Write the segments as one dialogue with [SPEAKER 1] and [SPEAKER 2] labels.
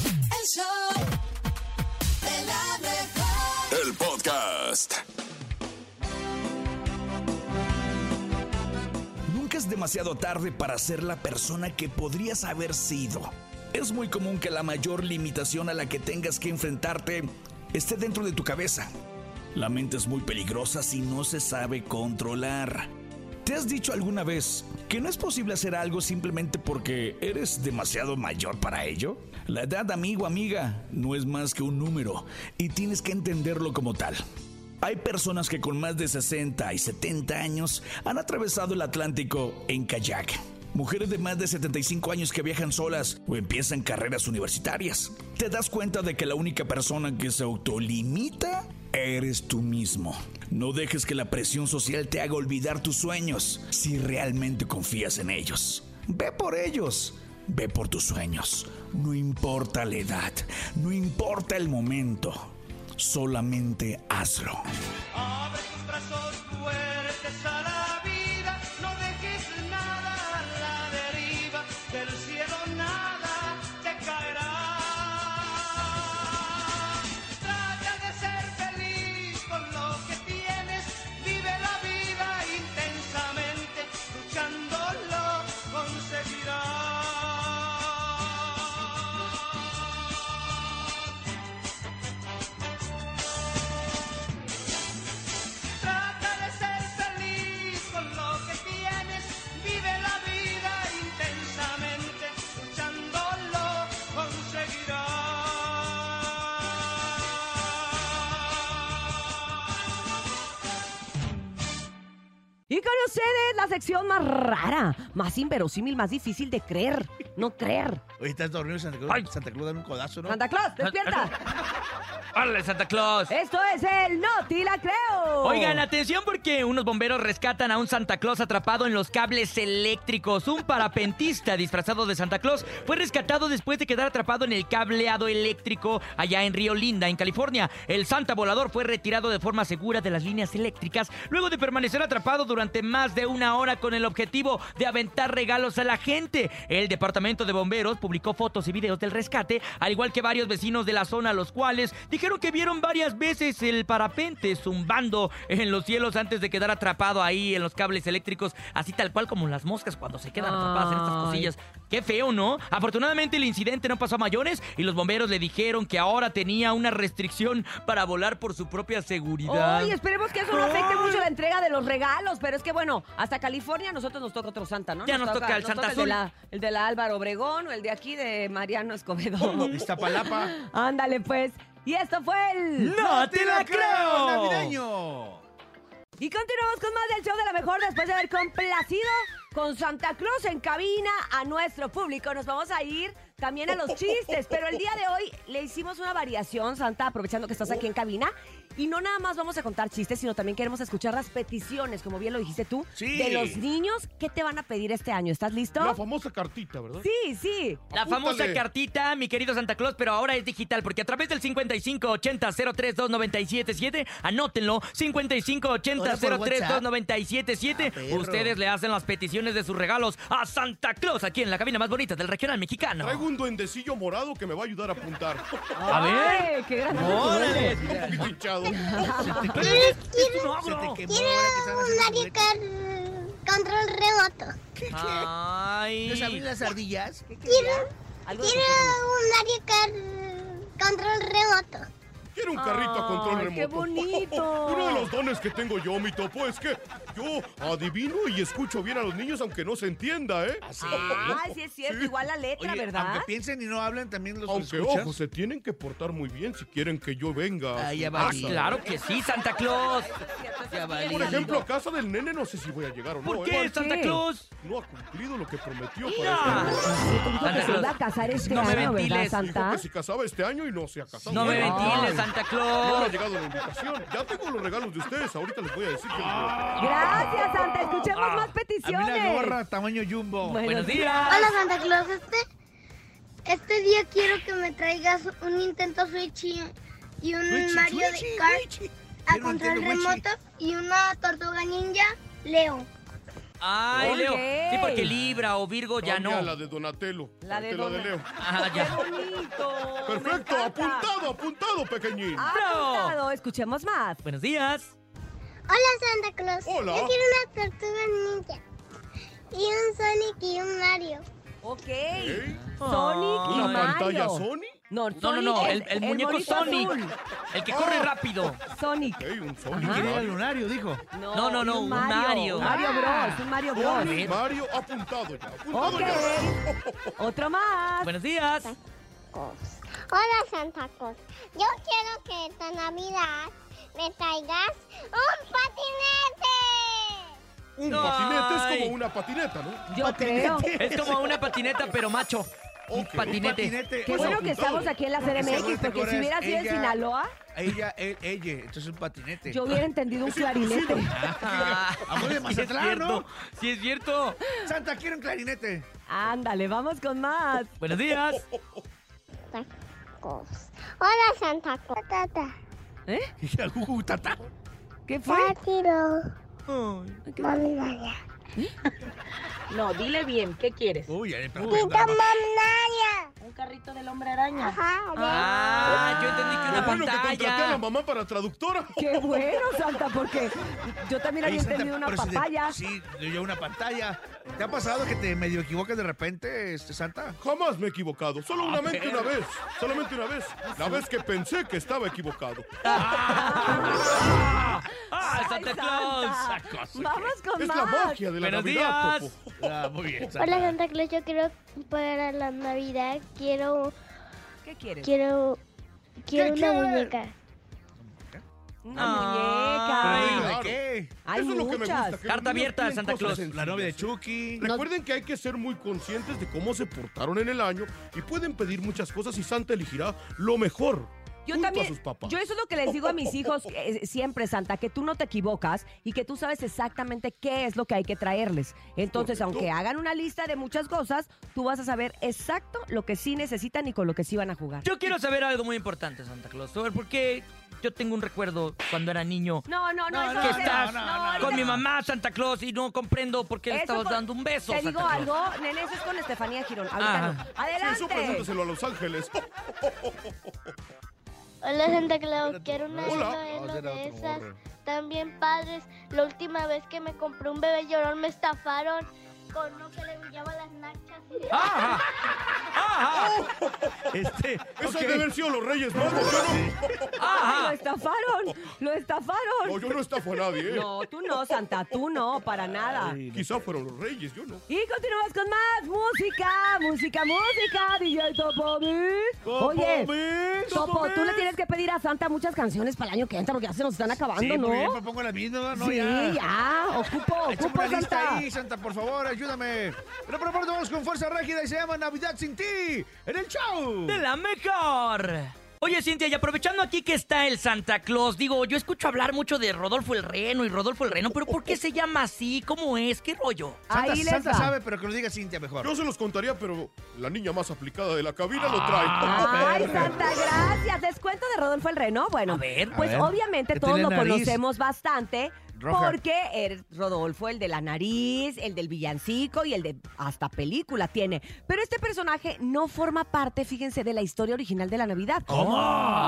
[SPEAKER 1] El show de la mejor.
[SPEAKER 2] El podcast.
[SPEAKER 3] Nunca es demasiado tarde para ser la persona que podrías haber sido. Es muy común que la mayor limitación a la que tengas que enfrentarte esté dentro de tu cabeza. La mente es muy peligrosa si no se sabe controlar. ¿Te has dicho alguna vez que no es posible hacer algo simplemente porque eres demasiado mayor para ello? La edad, amigo, amiga, no es más que un número y tienes que entenderlo como tal. Hay personas que con más de 60 y 70 años han atravesado el Atlántico en kayak. Mujeres de más de 75 años que viajan solas o empiezan carreras universitarias. Te das cuenta de que la única persona que se autolimita eres tú mismo. No dejes que la presión social te haga olvidar tus sueños si realmente confías en ellos. Ve por ellos. Ve por tus sueños. No importa la edad. No importa el momento. Solamente hazlo.
[SPEAKER 4] Abre tus brazos fuertes a la vida, no dejes nada a la deriva, del cielo nada te caerá. Trata de ser feliz con lo que tienes, vive la vida intensamente, luchándolo conseguirás. Trata de ser feliz con lo que tienes, vive la vida intensamente, luchándolo conseguirás.
[SPEAKER 5] Y con ustedes la sección más rara, más inverosímil, más difícil de creer. No creer.
[SPEAKER 6] Hoy estás dormido Santa Claus. Santa Claus dame un codazo, ¿no?
[SPEAKER 5] Santa
[SPEAKER 7] Ah,
[SPEAKER 5] Claus, despierta.
[SPEAKER 7] ¡Órale, Santa Claus!
[SPEAKER 5] Esto es el No Te La Creo.
[SPEAKER 7] Oigan, atención porque unos bomberos rescatan a un Santa Claus atrapado en los cables eléctricos. Un parapentista disfrazado de Santa Claus fue rescatado después de quedar atrapado en el cableado eléctrico allá en Río Linda, en California. El Santa Volador fue retirado de forma segura de las líneas eléctricas luego de permanecer atrapado durante más de una hora con el objetivo de aventar regalos a la gente. El Departamento de Bomberos publicó fotos y videos del rescate, al igual que varios vecinos de la zona, los cuales dijeron que vieron varias veces el parapente zumbando en los cielos antes de quedar atrapado ahí en los cables eléctricos, así tal cual como las moscas cuando se quedan atrapadas en estas
[SPEAKER 5] Ay.
[SPEAKER 7] cosillas. Qué feo, ¿no? Afortunadamente el incidente no pasó a mayores y los bomberos le dijeron que ahora tenía una restricción para volar por su propia seguridad.
[SPEAKER 5] Hoy esperemos que eso no afecte mucho la entrega de los regalos, pero es que bueno, hasta California a nosotros nos toca otro Santa, ¿no?
[SPEAKER 7] Ya nos toca el Santa
[SPEAKER 5] de
[SPEAKER 7] azul.
[SPEAKER 5] la- el de la Álvaro Obregón o el de aquí de Mariano Escobedo.
[SPEAKER 6] Iztapalapa.
[SPEAKER 5] Ándale pues. Y esto fue el...
[SPEAKER 7] ¡No te la creo!
[SPEAKER 6] ¡Navideño!
[SPEAKER 5] Y continuamos con más del show de la mejor después de haber complacido con Santa Cruz en cabina a nuestro público. Nos vamos a ir también a los chistes, pero el día de hoy le hicimos una variación, Santa, aprovechando que estás aquí en cabina. Y no nada más vamos a contar chistes, sino también queremos escuchar las peticiones, como bien lo dijiste tú,
[SPEAKER 6] Sí.
[SPEAKER 5] de los niños. ¿Qué te van a pedir este año? ¿Estás listo?
[SPEAKER 8] La famosa cartita, ¿verdad?
[SPEAKER 5] sí, sí.
[SPEAKER 7] La famosa
[SPEAKER 8] Apúntale.
[SPEAKER 7] cartita, mi querido Santa Claus, pero ahora es digital, porque a través del 5580-032977, anótenlo,
[SPEAKER 6] Ahora por WhatsApp.
[SPEAKER 7] 5580-032977,
[SPEAKER 6] Ah, perro.
[SPEAKER 7] ustedes le hacen las peticiones de sus regalos a Santa Claus, aquí en la cabina más bonita del regional mexicano.
[SPEAKER 8] Traigo un duendecillo morado que me va a ayudar a apuntar. Ah,
[SPEAKER 7] A ver.
[SPEAKER 5] Ay, ¡Qué gran
[SPEAKER 7] ¡Órale!
[SPEAKER 8] un poquito hinchado.
[SPEAKER 7] Es un ogro.
[SPEAKER 6] quemó
[SPEAKER 9] Tiene
[SPEAKER 6] ahora que están haciendo
[SPEAKER 9] un
[SPEAKER 6] juguetes.
[SPEAKER 9] área control remoto.
[SPEAKER 6] ¿No sabían
[SPEAKER 7] Ay.
[SPEAKER 6] las ardillas? ¿Qué
[SPEAKER 9] Tiene,
[SPEAKER 5] Algo de
[SPEAKER 9] tiene un área control remoto.
[SPEAKER 8] Quiero un carrito a control
[SPEAKER 5] Ay,
[SPEAKER 8] remoto.
[SPEAKER 5] qué bonito.
[SPEAKER 8] Uno de los dones que tengo yo, mi topo, es que yo adivino y escucho bien a los niños aunque no se entienda, ¿eh?
[SPEAKER 6] ¿Ah, sí?
[SPEAKER 5] Ah, sí es cierto,
[SPEAKER 8] Sí.
[SPEAKER 5] igual la letra,
[SPEAKER 6] Oye,
[SPEAKER 5] ¿verdad?
[SPEAKER 6] aunque piensen y no hablen, también los
[SPEAKER 8] Aunque,
[SPEAKER 6] escuchas.
[SPEAKER 8] ojo, se tienen que portar muy bien si quieren que yo venga. a
[SPEAKER 6] Ay,
[SPEAKER 8] su
[SPEAKER 6] ya
[SPEAKER 8] casa.
[SPEAKER 7] Ah,
[SPEAKER 6] valí.
[SPEAKER 7] claro que sí, Santa Claus.
[SPEAKER 6] Ya valí.
[SPEAKER 8] Por ejemplo, a casa del nene no sé si voy a llegar o no.
[SPEAKER 7] ¿Por
[SPEAKER 8] ¿eh?
[SPEAKER 7] qué, Santa
[SPEAKER 5] qué?
[SPEAKER 7] Claus?
[SPEAKER 8] No ha cumplido lo que prometió para
[SPEAKER 7] Mira.
[SPEAKER 8] este año.
[SPEAKER 5] Dijo que se iba a casar este
[SPEAKER 7] No me
[SPEAKER 5] año, ¿verdad,
[SPEAKER 7] ventiles.
[SPEAKER 8] Dijo
[SPEAKER 5] Santa?
[SPEAKER 8] que se casaba este año y no se ha casado. Ah.
[SPEAKER 7] No me
[SPEAKER 8] Ay.
[SPEAKER 7] ventiles, Santa
[SPEAKER 8] No me ha
[SPEAKER 7] Claus.
[SPEAKER 8] llegado la invitación. Ya tengo los regalos de ustedes. Ahorita les voy a decir que...
[SPEAKER 7] Ah,
[SPEAKER 5] Gracias, Santa. Escuchemos más
[SPEAKER 6] A mí la
[SPEAKER 5] peticiones.
[SPEAKER 6] gorra, tamaño jumbo.
[SPEAKER 7] Buenos
[SPEAKER 9] Hola
[SPEAKER 7] días.
[SPEAKER 9] Santa Claus, este, este día quiero que me traigas un Nintendo Switch y, y
[SPEAKER 5] Mm,
[SPEAKER 9] un
[SPEAKER 6] Switch,
[SPEAKER 9] Mario
[SPEAKER 6] Switch,
[SPEAKER 9] de Kart a
[SPEAKER 6] Yo no
[SPEAKER 9] control
[SPEAKER 6] entiendo, Switch.
[SPEAKER 9] remoto y una tortuga ninja Leo.
[SPEAKER 7] Ay, Leo.
[SPEAKER 5] Ok.
[SPEAKER 7] Sí, porque Libra o Virgo ya
[SPEAKER 8] Cambia
[SPEAKER 7] no.
[SPEAKER 8] la de Donatello.
[SPEAKER 5] La de
[SPEAKER 8] Ponte la de
[SPEAKER 5] Dona-
[SPEAKER 8] Leo.
[SPEAKER 7] Ah,
[SPEAKER 5] ¡Qué
[SPEAKER 7] ya.
[SPEAKER 5] bonito! me encanta.
[SPEAKER 8] Perfecto,
[SPEAKER 5] Ah.
[SPEAKER 8] apuntado, apuntado, pequeñín.
[SPEAKER 5] Apuntado, escuchemos más.
[SPEAKER 7] Buenos días.
[SPEAKER 9] Hola Santa Claus.
[SPEAKER 8] Hola.
[SPEAKER 9] Yo quiero una tortuga ninja. Y un Sonic y un Mario.
[SPEAKER 5] Ok.
[SPEAKER 8] ¿Eh?
[SPEAKER 5] Sonic y
[SPEAKER 8] ¿Una
[SPEAKER 5] Mario.
[SPEAKER 8] pantalla Sony?
[SPEAKER 5] No,
[SPEAKER 7] No, no,
[SPEAKER 5] Sonic
[SPEAKER 7] no,
[SPEAKER 5] es
[SPEAKER 7] el, el muñeco
[SPEAKER 5] monito
[SPEAKER 7] Sonic.
[SPEAKER 5] azul.
[SPEAKER 7] El que corre rápido.
[SPEAKER 5] Sonic.
[SPEAKER 8] Ey, un Sony.
[SPEAKER 6] ¿Quién era
[SPEAKER 8] Mario.
[SPEAKER 6] Lunario? Dijo.
[SPEAKER 7] No, no, no,
[SPEAKER 5] un
[SPEAKER 7] un
[SPEAKER 5] Mario.
[SPEAKER 7] Mario. Ah.
[SPEAKER 5] Mario Bros, un Mario Bros.
[SPEAKER 8] Sony, Mario, apuntado ya, apuntado
[SPEAKER 5] Ok.
[SPEAKER 8] ya.
[SPEAKER 5] Otro más.
[SPEAKER 7] Buenos días.
[SPEAKER 9] Hola Santa Claus. Yo quiero que esta Navidad me traigas un patinete.
[SPEAKER 8] Un patinete es
[SPEAKER 7] Ay.
[SPEAKER 8] como una patineta, ¿no?
[SPEAKER 5] Yo creo.
[SPEAKER 7] Es como una patineta, pero macho. Un
[SPEAKER 8] Ok.
[SPEAKER 7] patinete.
[SPEAKER 5] Qué bueno que estamos aquí en la
[SPEAKER 6] Porque seguro
[SPEAKER 5] CDMX,
[SPEAKER 6] te
[SPEAKER 5] porque si
[SPEAKER 6] acuerdas,
[SPEAKER 5] hubiera sido en
[SPEAKER 6] ella-
[SPEAKER 5] Sinaloa,
[SPEAKER 6] Ella, él, ella. Esto es un patinete.
[SPEAKER 5] yo hubiera entendido un clarinete.
[SPEAKER 7] Ah,
[SPEAKER 6] Amor de
[SPEAKER 7] sí es
[SPEAKER 6] Mazatlán,
[SPEAKER 7] cierto.
[SPEAKER 6] ¿no?
[SPEAKER 7] Sí es cierto.
[SPEAKER 6] Santa, quiero un clarinete.
[SPEAKER 5] Ándale, vamos con más.
[SPEAKER 7] Buenos días.
[SPEAKER 9] Hola Santa Claus. Tata.
[SPEAKER 5] ¿Eh?
[SPEAKER 6] Y al juju, tata.
[SPEAKER 5] ¿Qué fue?
[SPEAKER 9] Rápido.
[SPEAKER 5] ¿Qué-
[SPEAKER 9] Mami, Naya.
[SPEAKER 2] No, dile bien, ¿qué quieres?
[SPEAKER 5] Oh.
[SPEAKER 6] Uy, ahí
[SPEAKER 9] Pinta Mami, Naya.
[SPEAKER 2] ¿Un carrito del hombre araña?
[SPEAKER 9] Ajá,
[SPEAKER 7] Ah, yo entendí que
[SPEAKER 8] Qué
[SPEAKER 7] una
[SPEAKER 8] bueno que contraté a la
[SPEAKER 7] pantalla.
[SPEAKER 8] mamá para traductora.
[SPEAKER 5] Qué bueno, Santa, porque yo también había entendido una papaya.
[SPEAKER 6] sí, yo una pantalla. ¿Te ha pasado que te medio equivocas de repente, este, Santa?
[SPEAKER 8] Jamás me he equivocado, solamente una vez, solamente una vez. La vez que pensé que estaba equivocado.
[SPEAKER 7] Ah,
[SPEAKER 5] Ay,
[SPEAKER 7] Santa Claus.
[SPEAKER 5] Vamos con
[SPEAKER 8] Es
[SPEAKER 5] más.
[SPEAKER 8] la magia de la
[SPEAKER 7] Buenos
[SPEAKER 8] Navidad,
[SPEAKER 7] días.
[SPEAKER 8] Topo.
[SPEAKER 6] Ah, muy bien,
[SPEAKER 9] Hola Santa Claus, yo quiero para la Navidad quiero
[SPEAKER 5] ¿Qué quieres?
[SPEAKER 9] quiero quiero una muñeca.
[SPEAKER 5] Una
[SPEAKER 7] Ay.
[SPEAKER 5] muñeca.
[SPEAKER 8] Claro.
[SPEAKER 6] ¿De qué?
[SPEAKER 5] Hay
[SPEAKER 8] Eso es lo que me gusta,
[SPEAKER 5] muchas.
[SPEAKER 8] que los
[SPEAKER 7] Carta
[SPEAKER 8] niños
[SPEAKER 7] abierta,
[SPEAKER 8] piden
[SPEAKER 7] Santa
[SPEAKER 8] cosas
[SPEAKER 7] Claus.
[SPEAKER 8] sencillas.
[SPEAKER 6] La novia de Chucky.
[SPEAKER 8] Recuerden que hay que ser muy conscientes de cómo se portaron en el año y pueden pedir muchas cosas y Santa elegirá lo mejor.
[SPEAKER 5] Yo
[SPEAKER 8] junto
[SPEAKER 5] también,
[SPEAKER 8] a sus papás.
[SPEAKER 5] yo eso es lo que les digo a mis hijos eh, siempre, Santa, que tú no te equivocas y que tú sabes exactamente qué es lo que hay que traerles. Entonces,
[SPEAKER 8] Correcto.
[SPEAKER 5] aunque hagan una lista de muchas cosas, tú vas a saber exacto lo que sí necesitan y con lo que sí van a jugar.
[SPEAKER 7] Yo quiero saber algo muy importante, Santa Claus. Sobre por qué yo tengo un recuerdo cuando era niño.
[SPEAKER 5] No, no, no, eso
[SPEAKER 6] No, no,
[SPEAKER 5] va a
[SPEAKER 7] no,
[SPEAKER 5] ser-
[SPEAKER 7] estás
[SPEAKER 5] ahorita
[SPEAKER 7] Con mi
[SPEAKER 5] no.
[SPEAKER 7] mamá, Santa Claus, y no comprendo por qué le
[SPEAKER 5] Eso
[SPEAKER 7] estabas
[SPEAKER 5] con-
[SPEAKER 7] dando un beso.
[SPEAKER 5] Te
[SPEAKER 7] Santa
[SPEAKER 5] digo
[SPEAKER 7] Claus.
[SPEAKER 5] algo, nene, eso es con Estefanía Girón. Ahorita
[SPEAKER 7] Ah.
[SPEAKER 5] no.
[SPEAKER 8] Sí, eso
[SPEAKER 5] Adelante.
[SPEAKER 8] pregúntaselo a Los Ángeles. Oh,
[SPEAKER 9] Hola Santa Claus, quiero una
[SPEAKER 8] Hola.
[SPEAKER 6] No,
[SPEAKER 9] novela
[SPEAKER 6] será
[SPEAKER 9] de
[SPEAKER 6] otro
[SPEAKER 9] esas
[SPEAKER 6] morro.
[SPEAKER 9] también padres. La última vez que me compré un bebé llorón me estafaron con uno que le brillaba las nachas.
[SPEAKER 7] Ajá. Ajá.
[SPEAKER 6] Este,
[SPEAKER 8] Eso
[SPEAKER 6] ok.
[SPEAKER 8] han de haber sido los Reyes Magos. Yo
[SPEAKER 5] Ay, lo
[SPEAKER 7] Ajá.
[SPEAKER 5] estafaron, lo
[SPEAKER 8] no, no,
[SPEAKER 5] estafaron.
[SPEAKER 8] yo no estafo a nadie. ¿eh?
[SPEAKER 5] No, tú no, Santa, tú no, para nada.
[SPEAKER 8] Quizá fueron los Reyes, yo no.
[SPEAKER 5] Y continuamos con más música, música, música, DJ Topo Mix. Oye, Topo, tú le tienes que pedir a Santa muchas canciones para el año que entra porque ya se nos están acabando,
[SPEAKER 6] Sí, muy
[SPEAKER 5] ¿no?
[SPEAKER 6] bien, me pongo la misma, ¿no?
[SPEAKER 5] sí, ya. ocupo,
[SPEAKER 6] Échame
[SPEAKER 5] ocupo,
[SPEAKER 6] una lista
[SPEAKER 5] Santa.
[SPEAKER 6] ahí, Santa, por favor, ayúdame. Pero por favor, vamos con fuerza rígida y se llama Navidad sin ti en el show.
[SPEAKER 7] De la mejor. Oye, Cintia, y aprovechando aquí que está el Santa Claus, digo, yo escucho hablar mucho de Rodolfo el Reno y Rodolfo el Reno, pero ¿por qué se llama así? ¿Cómo es? ¿Qué rollo?
[SPEAKER 6] Santa,
[SPEAKER 5] ahí les
[SPEAKER 6] Santa
[SPEAKER 5] va.
[SPEAKER 6] sabe, pero que lo diga Cintia mejor.
[SPEAKER 8] Yo se los contaría, pero la niña más aplicada de la cabina lo trae.
[SPEAKER 5] Ay, Santa, gracias. Descuento de Rodolfo el Reno. Bueno,
[SPEAKER 7] A ver.
[SPEAKER 5] pues
[SPEAKER 6] Ah, A ver.
[SPEAKER 5] obviamente
[SPEAKER 6] Que
[SPEAKER 5] todos
[SPEAKER 6] tiene
[SPEAKER 5] lo
[SPEAKER 6] nariz
[SPEAKER 5] conocemos bastante.
[SPEAKER 6] roja.
[SPEAKER 5] Porque el Rodolfo, el de la nariz, el del villancico y el de hasta película tiene. Pero este personaje no forma parte, fíjense, de la historia original de la Navidad.
[SPEAKER 6] ¿Cómo?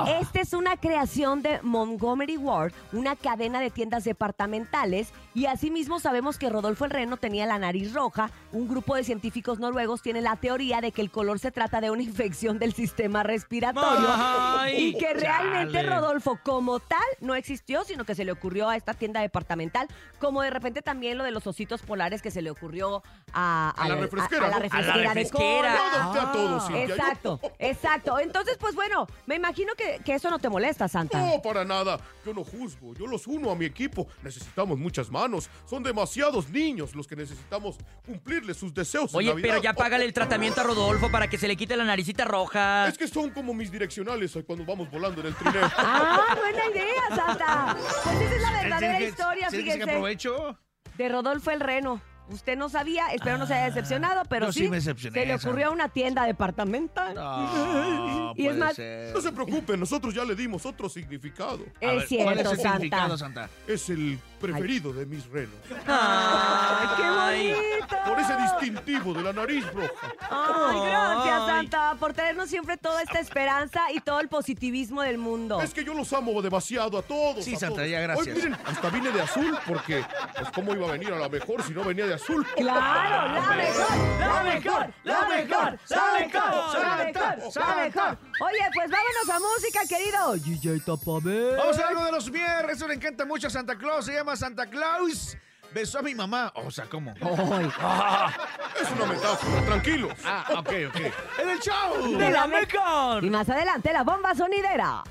[SPEAKER 5] Esta es una creación de Montgomery Ward, una cadena de tiendas departamentales, y asimismo sabemos que Rodolfo el Reno tenía la nariz roja. Un grupo de científicos noruegos tiene la teoría de que el color se trata de una infección del sistema respiratorio
[SPEAKER 7] Ah. Ay,
[SPEAKER 5] y que realmente
[SPEAKER 7] chale.
[SPEAKER 5] Rodolfo como tal no existió, sino que se le ocurrió a esta tienda departamental, como de repente también lo de los ositos polares que se le ocurrió a,
[SPEAKER 8] A la refresquera,
[SPEAKER 5] a la
[SPEAKER 8] ¿no?
[SPEAKER 5] refresquera
[SPEAKER 7] A la
[SPEAKER 5] de
[SPEAKER 7] refresquera.
[SPEAKER 5] cola.
[SPEAKER 8] Yo adopté a todos, Cintia, yo-
[SPEAKER 5] Exacto, exacto. Entonces, pues bueno, me imagino que, que eso no te molesta, Santa.
[SPEAKER 7] Ah.
[SPEAKER 8] No, para nada. Yo no juzgo. Yo los uno a mi equipo. Necesitamos muchas manos. Son demasiados niños los que necesitamos cumplirles sus deseos. en
[SPEAKER 7] Oye,
[SPEAKER 8] Navidad.
[SPEAKER 7] pero ya págale el tratamiento a Rodolfo para que se le quite la naricita roja.
[SPEAKER 8] Es que son como mis direccionales ay, cuando vamos volando en el trineo.
[SPEAKER 5] Ah, buena idea, Santa. Pues esa es la
[SPEAKER 6] Él tiene
[SPEAKER 5] verdadera
[SPEAKER 6] que-
[SPEAKER 5] historia,
[SPEAKER 6] tiene que decir que
[SPEAKER 5] fíjense,
[SPEAKER 6] aprovecho?
[SPEAKER 5] de Rodolfo el Reno. Usted no sabía, espero no se haya decepcionado, pero
[SPEAKER 6] yo sí
[SPEAKER 5] sí,
[SPEAKER 6] me decepcioné,
[SPEAKER 5] se le
[SPEAKER 6] Sam.
[SPEAKER 5] ocurrió a una tienda departamental.
[SPEAKER 6] No,
[SPEAKER 5] y es
[SPEAKER 6] Ah, puede
[SPEAKER 5] más,
[SPEAKER 6] ser.
[SPEAKER 8] No se preocupe, nosotros ya le dimos otro significado.
[SPEAKER 5] es
[SPEAKER 6] A ver,
[SPEAKER 5] cierto,
[SPEAKER 6] ¿Cuál es el
[SPEAKER 5] Santa.
[SPEAKER 6] significado, Santa?
[SPEAKER 8] Es el preferido de mis renos.
[SPEAKER 5] ¡Ay, qué bonito!
[SPEAKER 8] Por ese distintivo de la nariz roja.
[SPEAKER 5] Ay, gracias,
[SPEAKER 7] Ay.
[SPEAKER 5] Santa, por traernos siempre toda esta esperanza y todo el positivismo del mundo.
[SPEAKER 7] Oh.
[SPEAKER 8] Es que yo los amo demasiado a todos.
[SPEAKER 6] Sí,
[SPEAKER 8] a
[SPEAKER 6] Santa,
[SPEAKER 8] todos.
[SPEAKER 6] ya, gracias.
[SPEAKER 8] Hoy miren, hasta vine de azul porque, pues, ¿cómo iba a venir a la mejor si no venía de azul?
[SPEAKER 5] ¡Claro! ¡La mejor! ¡La mejor! ¡La mejor! ¡La mejor! ¡La mejor! ¡La mejor! Oye, pues vámonos a música, querido. DJ Tapabé.
[SPEAKER 6] Vamos a ver algo de los viernes. Eso le encanta mucho a Santa Claus. Se llama Santa Claus. Besó a mi mamá. O sea, ¿cómo?
[SPEAKER 8] Es una metáfora, tranquilos.
[SPEAKER 6] Ah, ok, ok. ¡En el show!
[SPEAKER 7] ¡De la mejor!
[SPEAKER 5] Y más adelante, la bomba sonidera.